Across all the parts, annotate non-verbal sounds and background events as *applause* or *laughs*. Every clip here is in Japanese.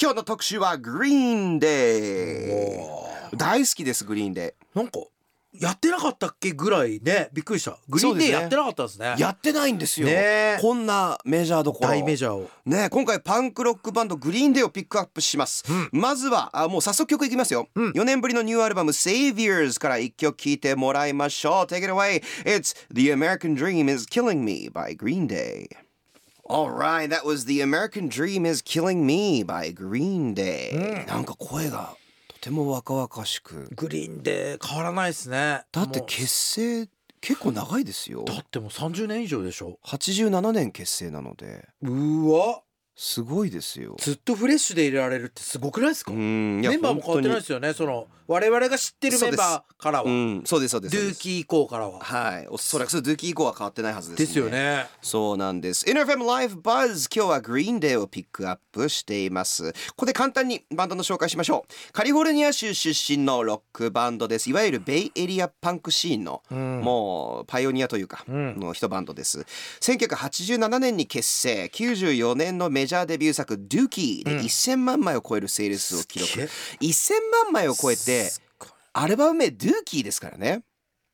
今日の特集はグリーンデー大好きですグリーンデなんかやってなかったっけぐらいねびっくりしたグリそーンデーうですねやってなかったですねーやってないんですよ、ねえこんなメジャーどころ大メジャーをねえ今回パンクロックバンドグリーンデーをピックアップします、まずはあもう早速曲いきますよ、うん4年ぶりのニューアルバム Saviors から一曲聴いてもらいましょう Take it away It's The American Dream is Killing Me by Green Day Alright that was The American Dream is Killing Me by Green Day、なんか声がとても若々しくグリーンデー変わらないですねだってもう結成結構長いですよだってもう30年以上でしょ87年結成なのでうわすごいですよずっとフレッシュで入れられるってすごくないですかメんンバーも変わってないですすよねその我々が知ってるメンバーからは、うんそうですそうですドそうゥでーすキー以降からははいおそらくそうドゥーキー以降は変わってないはずですねですよねそうなんです InnerFM Live Buzz 今日はグリーンデーをピックアップしていますここで簡単にバンドの紹介しましょうカリフォルニア州出身のロックバンドですいわゆるベイエリアパンクシーンの、もうパイオニアというか、の一バンドです1987年に結成94年のメジャーデビュー作「ドゥーキー」で1000万枚を超えるセールスを記録、すげえ1000万枚を超えてすっごいアルバム名「ドゥーキー」ですからね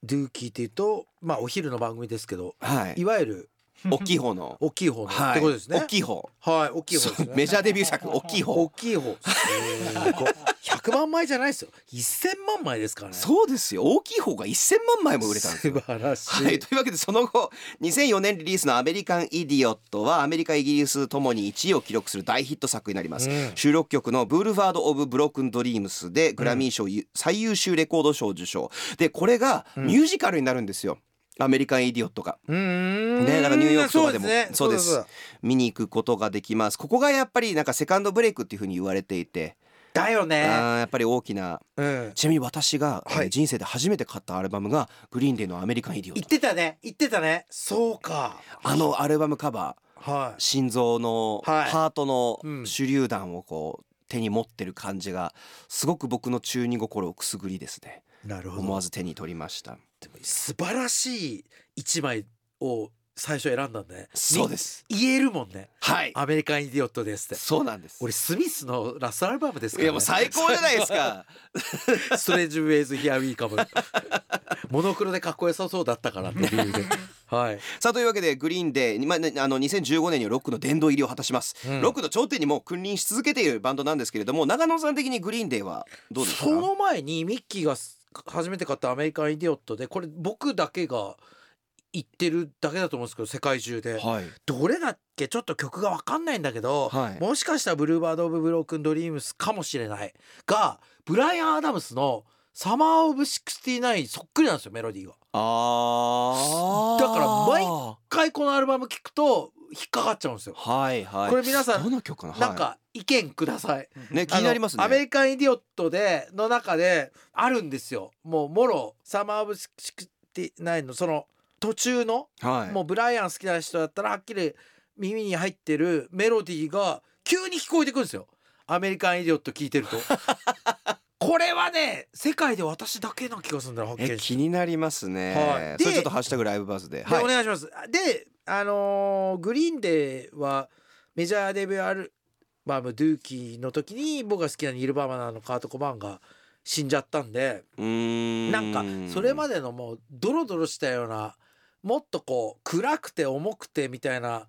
ドゥーキーっていうとまあお昼の番組ですけどはいいわゆる大きい方の大きい方の、はいってことですね大きい方はい大きい方ですそねうメジャーデビュー作大きい方大きい方100万枚じゃないですよ1000万枚ですからねそうですよ大きい方が1000万枚も売れたんです素よ。晴らしい、はい、というわけでその後2004年リリースの「アメリカン・イディオット」はアメリカイギリスともに1位を記録する大ヒット作になります、うん収録曲の「ブールファード・オブ・ブロークン・ドリームス」でグラミー賞ゆ最優秀レコード賞を受賞でこれがミュージカルになるんですよ「アメリカン・イディオット」が。うーんね、なんかニューヨークとかでもそうですねそうでそうすだそう見に行くことができますここがやっぱりなんかセカンドブレイクっていうふうに言われていて、だだよあねーやっぱり大きなうんちなみに私が、はいえー人生で初めて買ったアルバムがグリーンデーの「アメリカン・イディオッ言っトてたね言ってたねそうか」あのアルバムカバーはい心臓のはいハートうのん手榴弾をこう手に持ってる感じがすごく僕の中二心をくすぐりですねなるほ思どわず手に取りましたでも素晴らしい一枚を最初選んだんだねそうですす言えるもんねはいアメリカンイディオットですってそうなんです俺スミスのラストアルバムですかいら、ね、やもう最高じゃないです *laughs* かストレージウェイズヒアウィーカム *laughs* モノクロでかっこよさそうだったからっていう理由ではいさあというわけでグリーンデー、まあね、あの2015年にはロックの殿堂入りを果たします、うんロックの頂点にもう君臨し続けているバンドなんですけれども長野さん的にグリーンデーはどうですかその前にミッキーが初めて買ったアメリカンイディオットでこれ僕だけが言ってるだけだと思うんですけど世界中ではいどれだっけちょっと曲が分かんないんだけど、はいもしかしたら「ブルーバード・オブ・ブロークン・ドリームス」かもしれないがブライアン・アダムスの「サマー・オブ・69」そっくりなんですよメロディーが。あーだから毎一回このアルバム聞くと引っかかっちゃうんですよ。はいはいこれ皆さんどの曲かななんか意見ください。はいね気になりますねあのアメリカン・イディオットでの中であるんですよもうもろサマー・オブ・シクティナインのその途中の、はいもうブライアン好きな人だったらはっきり耳に入ってるメロディーが急に聞こえてくるんですよアメリカン・イディオット聞いて *laughs* るとこれはね世界で私だけな気がするんだよ発え見し気になりますね、はいでそれちょっとハッシュタグライブバズでてではいお願いしますであのーグリーンデーはメジャーデビューアルバム「ドゥーキー」の時に僕が好きなニル・バーマナーのカート・コバーンが死んじゃったんでうーんなんかそれまででのもうドロドロしたようなもっとこう暗くて重くてみたいな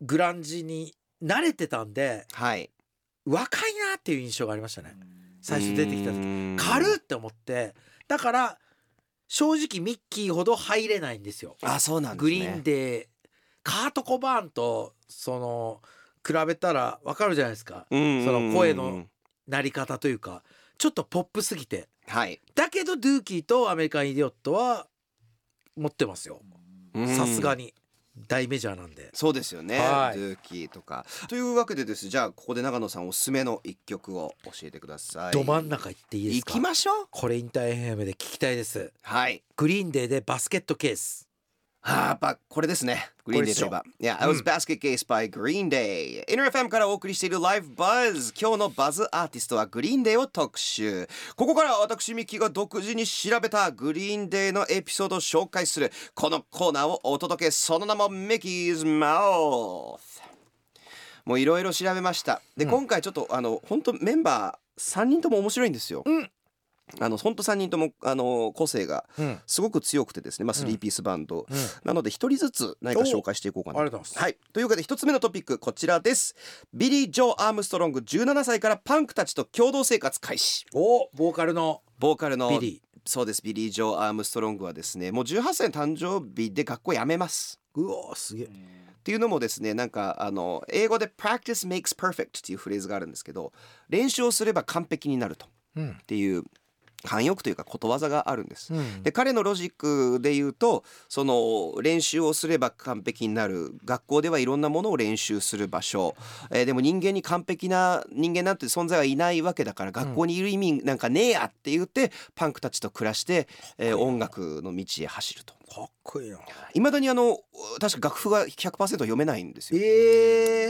グランジに慣れてたんではい若いなっていう印象がありましたね最初出てきた時時軽っって思ってだから正直ミッキーほど入れないんですよあそうなんですグねリーンデーカート・コバーンとその比べたらわかるじゃないですかうんうんうんその声のなり方というかちょっとポップすぎてはいだけどドゥーキーとアメリカン・イディオットは持ってますよさすがにに大メジャーなんでそうですよね、はいドゥーキーとかというわけでですじゃあここで長野さんおすすめの一曲を教えてくださいど真ん中行っていいです行かきましょうこれインター FM で聞きたいですはいグリーンデーでバスケットケースあーやっぱこれですね。グリーンデーといえば。Yeah, I う was ん basket case by Green Day. InnerFM からお送りしている Live Buzz。今日のバズアーティストはグリーンデーを特集。ここからは私ミキが独自に調べたグリーンデーのエピソードを紹介するこのコーナーをお届け。その名もミキーズマウス。もういろいろ調べましたで、うん今回ちょっとあの本当メンバー3人とも面白いんですよ、うんあの本当3人ともあの個性がうんすごく強くてですね、まあ、うん3ピースバンド、うんなので一人ずつ何か紹介していこうかありながとうございますはい、というわけで一つ目のトピックこちらですビリー・ジョー・アームストロング17歳からパンクたちと共同生活開始おボーカルのボーカルのビリそうですビリー・ジョー・アームストロングはですねもう18歳の誕生日で学校辞めますーうおーすげえっていうのもですねなんかあの英語で「practice makes perfect」っていうフレーズがあるんですけど練習をすれば完璧になるとっうんていう慣用句というかことわざがあるんです。うんで彼のロジックで言うとその練習をすれば完璧になる学校ではいろんなものを練習する場所、えーでも人間に完璧な人間なんて存在はいないわけだから学校にいる意味なんかねえやって言ってパンクたちと暮らして、えー音楽の道へ走ると。かっこいいないまだにあの確か楽譜が100%読めないんですよ。え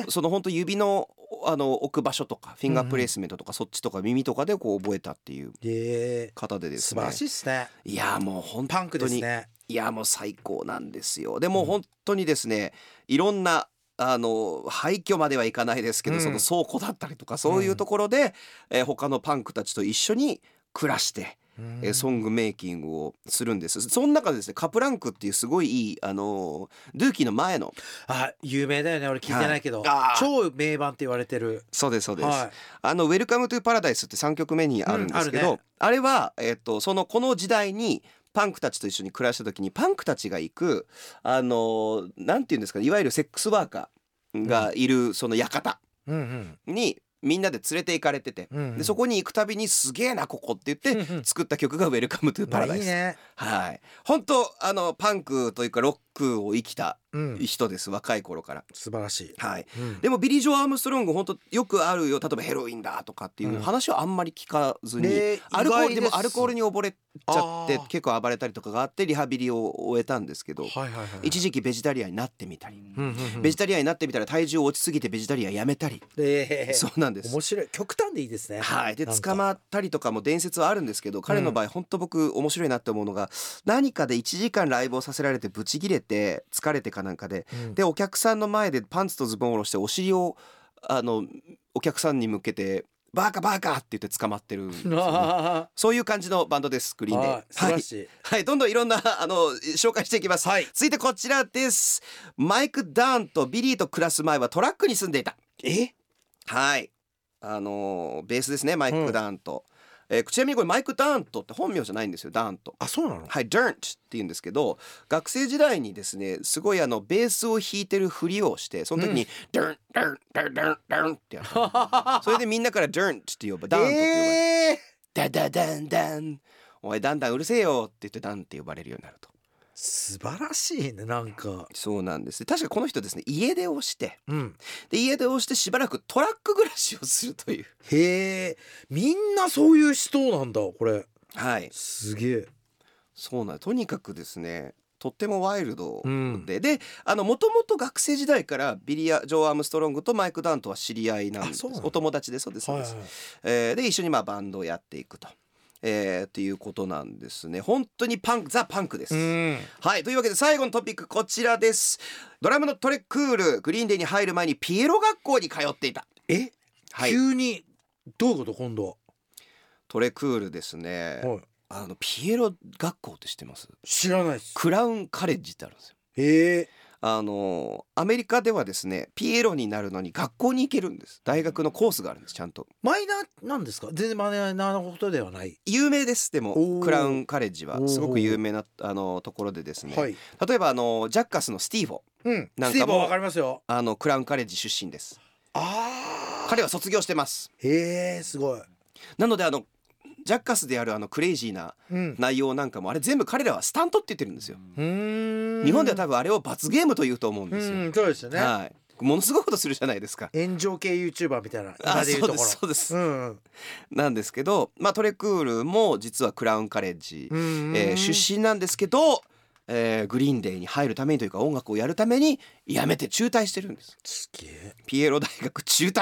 えその本当指のあの置く場所とかフィンガープレイスメントとか、そっちとか耳とかでこう覚えたっていうえ方でえです素晴ねらしいですねいやもう本当にパンクですねいやもう最高なんですよでもう本当にですねいろんなあの廃墟まではいかないですけど、うんその倉庫だったりとかそういうところで、えー他のパンクたちと一緒に暮らして、えーソングメイキングをするんですその中でですねカプランクっていうすごいいいあのドゥーキーの前のあ有名だよね俺聞いてないけど、はいあー超名盤って言われてるそうですそうです、はあの「ウェルカム・トゥ・パラダイス」って3曲目にあるんですけど、うんああるねれは、えっとそのこの時代にパンクたちと一緒に暮らした時にパンクたちが行くあのーなんていうんですかねいわゆるセックスワーカーがいるその館い、うんにみんなで連れて行かれてて、うんうんうん、でそこに行くたびに「すげえなここ」って言ってうんうん作った曲が「ウェルカム・トゥ・パラダいイいス」ね、はい本当あのパンクというかロックを生きたうん、人です若い頃から。素晴らしい、はいうんでもビリー・ジョー・アームストロング本当よくあるよ例えばヘロインだとかっていう話はあんまり聞かずに、ねアルコール意外ですもアルコールに溺れちゃってあー結構暴れたりとかがあってリハビリを終えたんですけど、はいはいはい一時期ベジタリアンになってみたり、うんうんうんベジタリアンになってみたら体重落ちすぎてベジタリアンやめたり、ええそうなんです面。白い極端でいいですねはい、でなんか捕まったりとかも伝説はあるんですけど彼の場合本当僕面白いなって思うのが何かで1時間ライブをさせられてブチギレて疲れてかなんかでうんでお客さんの前でパンツとズボンを下ろしてお尻をあのお客さんに向けて「バーカバーカ!」って言って捕まってるんですよね、 *laughs* あそういう感じのバンドですグリーーンで、はい素晴らしいはい、どんどんいろんなあの紹介していきます、はい続いてこちらですマイク・ダーンとビリーと暮らす前はトラックに住んでいたえはいあのーベースですねマイク・ダーンと、えーちなみにこれマイク・ダーンとって本名じゃないんですよダーンとあそうな *laughs* のはい、Dirt って言うんですけど学生時代にですねすごいあのベースを弾いてるふりをしてその時に「Dirt Dirt Dirt Dirt Dirt」ってやったそれでみんなから「Dirt」って呼ばダンとって呼ばれるええ「ダダダンダン」「おいダンダンうるせえよ」って言ってダンって呼ばれるようになると素晴らしいねなんかそうなんです確かこの人ですね家出をしてうんで家出をしてしばらくトラック暮らしをするというへえみんなそういう人なんだこれはいすげえそうなんとにかくですねとってもワイルドうんで、であのもともと学生時代からビリア・ジョー・アームストロングとマイク・ダンとは知り合いなんであすそうなんだお友達でそうですそうはいではいす、えーで一緒にまあバンドをやっていくと。えー、ということなんですね本当にパンクザ・パンクです、うんはいというわけで最後のトピックこちらですドラムのトレックールグリーンデーに入る前にピエロ学校に通っていたえはい急にどういうこと今度トレクールですね、は、はい、あのピエロ学校って知ってます知らないっすクラウンカレッジってあるんですよへえあのアメリカではですねピエロになるのに学校に行けるんです大学のコースがあるんですちゃんとマイナーなんですか全然マイナーなことではない、有名ですでもおークラウンカレッジはおーすごく有名なあのところでですね、い例えばあのジャッカスのスティーヴォうんなんかもうスティーブはわかりますよあのクラウンカレッジ出身ですあ彼は卒業してますへえすごいなのであのジャッカスでやるあのクレイジーなうん内容なんかもあれ全部彼らはスタントって言ってるんですようん日本では多分あれを罰ゲームというと思うんですよ、うんそうですよねはいものすごいことするじゃないですか炎上系 YouTuber みたいなあ今でいそううとでこすそうですろうんなんですけど、まあ、トレクールも実はクラウンカレッジ、うんえー出身なんですけど、えーグリーンデーに入るためにというか音楽をやるために辞めて中退してるんですすげえピエロ大学中退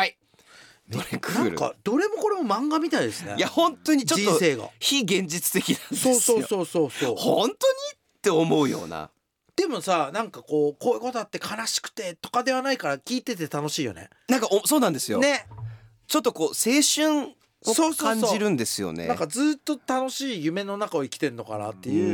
トレクーなんルかどれもこれも漫画みたいですねいや本当にちょ人っと生が非現実的なんですそようそうそうそうそう本当にって思うようなでもさなんかこうこういうことあって悲しくてとかではないから聞いてて楽しいよね。なんかおそうなんですよ、ねちょっとこう青春そうそうをそう感じるんですよねなんかずっと楽しい夢の中を生きてるのかなってういう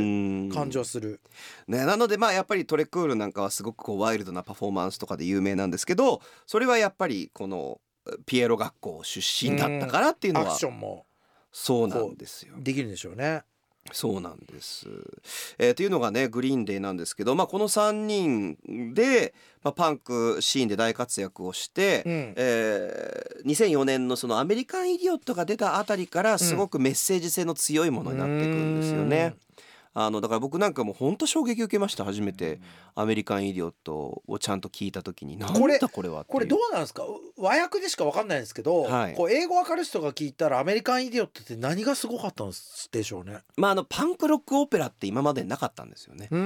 ん感じはする。ね、なのでまあやっぱりトレクールなんかはすごくこうワイルドなパフォーマンスとかで有名なんですけどそれはやっぱりこのピエロ学校出身だったからっていうのアクはションもそうなんですよ。できるんでしょうね。そうなんです、えー、というのがねグリーンデーなんですけど、まあ、この3人で、まあ、パンクシーンで大活躍をして、うんえー2004年のその「アメリカン・イディオット」が出たあたりからすごくメッセージ性の強いものになってくるんですよね。あのだから僕なんかもう本当衝撃受けました初めて「アメリカン・イディオット」をちゃんと聞いた時になんこれだこれはっていうこれどうなんですか和訳でしかわかんないんですけど、はいこう英語わかる人が聞いたらアメリカンイディオットって何がすごかったんでしょうね。まあ、あのパンクロックオペラって今までなかったんですよね。ロロ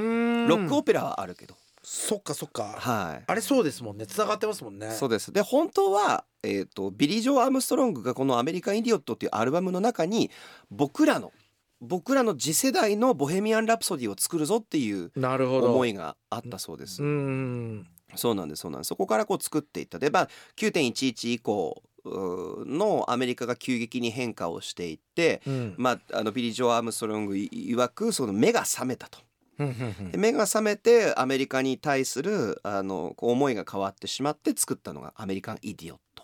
ックオペラはあるけど、そっかそっか、はい、あれそうですもんね繋がってますもんね。そうですで本当は、えー、とビリー・ジョー・アームストロングがこの「アメリカン・イディオット」っていうアルバムの中に僕らの僕らの次世代の「ボヘミアン・ラプソディ」を作るぞっていうなるほど。思いがあったそうです。うんそうなんですそうなんですそこからこう作っていったでまあ9.11以降うーのアメリカが急激に変化をしていって、うんまあ、あのビリー・ジョー・アームストロングい曰くその目が覚めたと。うんうんで目が覚めてアメリカに対するあのこう思いが変わってしまって作ったのが「アメリカン・イディオット」。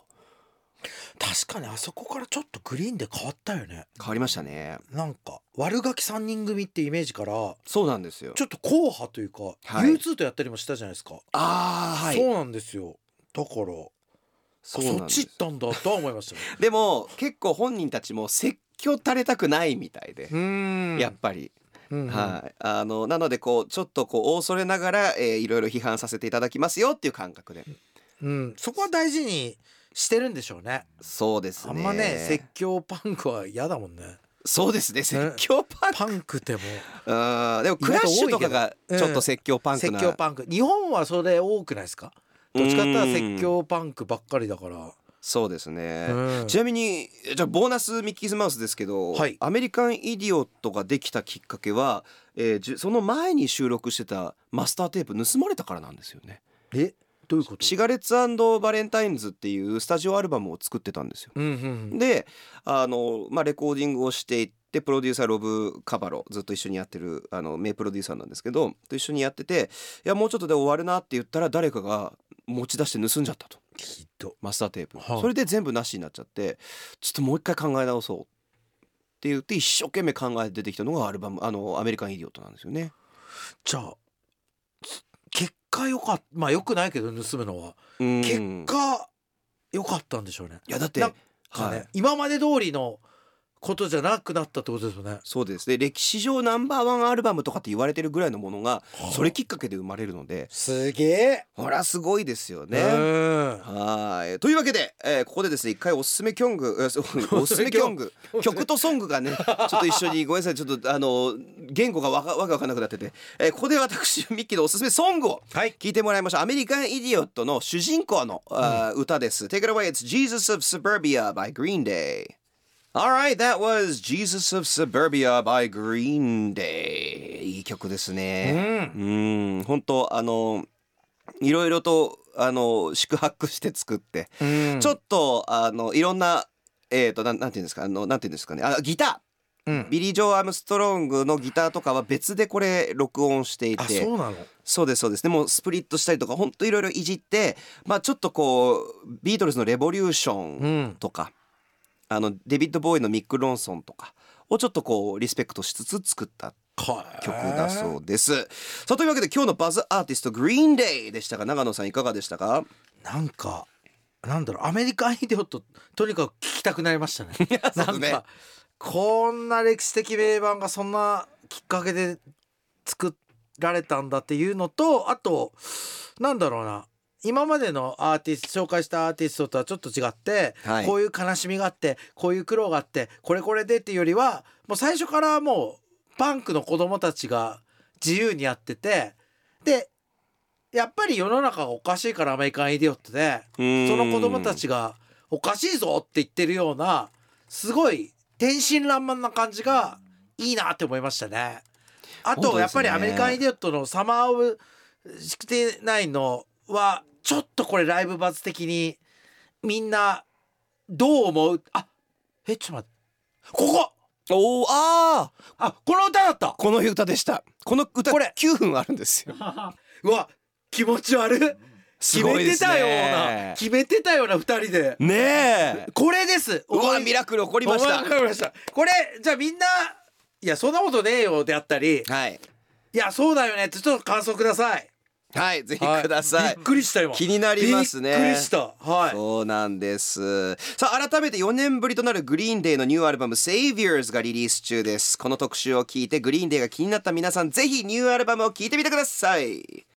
確かにあそこからちょっとグリーンで変わったよね変わりましたねなんか悪ガキ3人組ってイメージからちょそうなんですよっと硬派というか、はい U2 とやったりもしたじゃないですか、ああはいそうなんですよだからそそうなっんですち行ったんだとは思い *laughs* ましたねでも結構本人たちも説教垂れたくないみたいで、うんやっぱり、うんうんはいあのなのでこうちょっとこう恐れながら、えーいろいろ批判させていただきますよっていう感覚でうんそこは大事にしてるんでしょうねそうですねあんまね説教パンクは嫌だもんねそうですね説教 *laughs* パンパンクでもうーんでもクラッシュとかが意外と多いけどちょっと説教パンク説な、教パンク日本はそれ多くないですかどっちかっていうと説教パンクばっかりだからそうですね、うんちなみにじゃあボーナスミッキーズマウスですけど、はいアメリカン・イディオットができたきっかけは、えーじゅその前に収録してたマスターテープ盗まれたからなんですよね。えどういうことシガレッツバレンタインズっていうスタジオアルバムを作ってたんですよ。うんうんであの、まあ、レコーディングをしていってプロデューサーロブ・カバロずっと一緒にやってるあの名プロデューサーなんですけどと一緒にやってていやもうちょっとで終わるなって言ったら誰かが持ち出して盗んじゃったと。きっとマスターテープ、はいそれで全部なしになっちゃってちょっともう一回考え直そうって言って一生懸命考えて出てきたのがアルバムあのアメリカン・イディオットなんですよね。じゃあつ結果よかったまあよくないけど盗むのはうん結果よかったんでしょうねいやだって、なんはねい、今まで通りのことじゃなくなったってことですよねそうですで歴史上ナンバーワンアルバムとかって言われてるぐらいのものがはあそれきっかけで生まれるのですげほらすごいですよえね。はいというわけで、えーここでですね一回おすすめキョングえーそう *laughs* おすすめキョング曲とソングがねちょっと一緒にごめんなさいちょっとあの言語がわかわけわかんなくなってて、えーここで私ミッキーのおすすめソングをはい聞いてもらいましょうアメリカン・イディオットの主人公の、あー歌です Take it away it's Jesus of Suburbia by Green Day Alright, that was Jesus of Suburbia by Green Day いい曲ですうねんうん本当あのいろいろとあの宿泊して作ってうんちょっとあのいろんなえー、となんなんていうんですかあのなんていうんですかねあギタうーんビリー・ジョー・アームストロングのギターとかは別でこれ録音していてあそうなのそうですそうですでもスプリットしたりとかほんといろいろいじってまあちょっとこうビートルズの「レボリューシうョンん」とか、あのデビッド・ボーイのミック・ロンソンとかをちょっとこうリスペクトしつつ作った曲だうそうです。さあというわけで今日のバズアーティスト「グリーンデイ」でしたが長野さんいかがでしたかなんかなんだろうアメリカンイデオットとにかく聞きたくなりましたね。 *laughs* そうなですんねかこんな歴史的名盤がそんなきっかけで作られたんだっていうのとあとなんだろうな今までのアーティスト紹介したアーティストとはちょっと違って、はいこういう悲しみがあってこういう苦労があってこれこれでっていうよりはもう最初からもうパンクの子供たちが自由にやっててでやっぱり世の中がおかしいからアメリカンイディオットでそその子供たちが「おかしいぞ!」って言ってるようなすごい天真爛漫な感じがいいなって思いましたね。本あ当ですとねやっぱりアメリカン・イデオットの「サマー・オブ・69」のはちょっとこれライブバズ的にみんなどう思うあえちょっと待ってここおおあああこの歌だ *laughs* ったこの歌でしたこの歌これ9分あるんですようわ気持ち悪いす決ごめいでてすねたような決めてたような二人でねえこれですうわ思いミラクル起こりまし思い浮かびましたこれじゃあみんないやそんなことねえよであったりたはいいやそうだよねってちょっと感想くださいはいぜひくださいびっくりした今気になりますねびっくりしたはいそうなんですさあ改めて4年ぶりとなるグリーンデーのニューアルバム「Saviors」がリリース中ですこの特集を聞いてグリーンデーが気になった皆さんぜひニューアルバムを聞いてみてください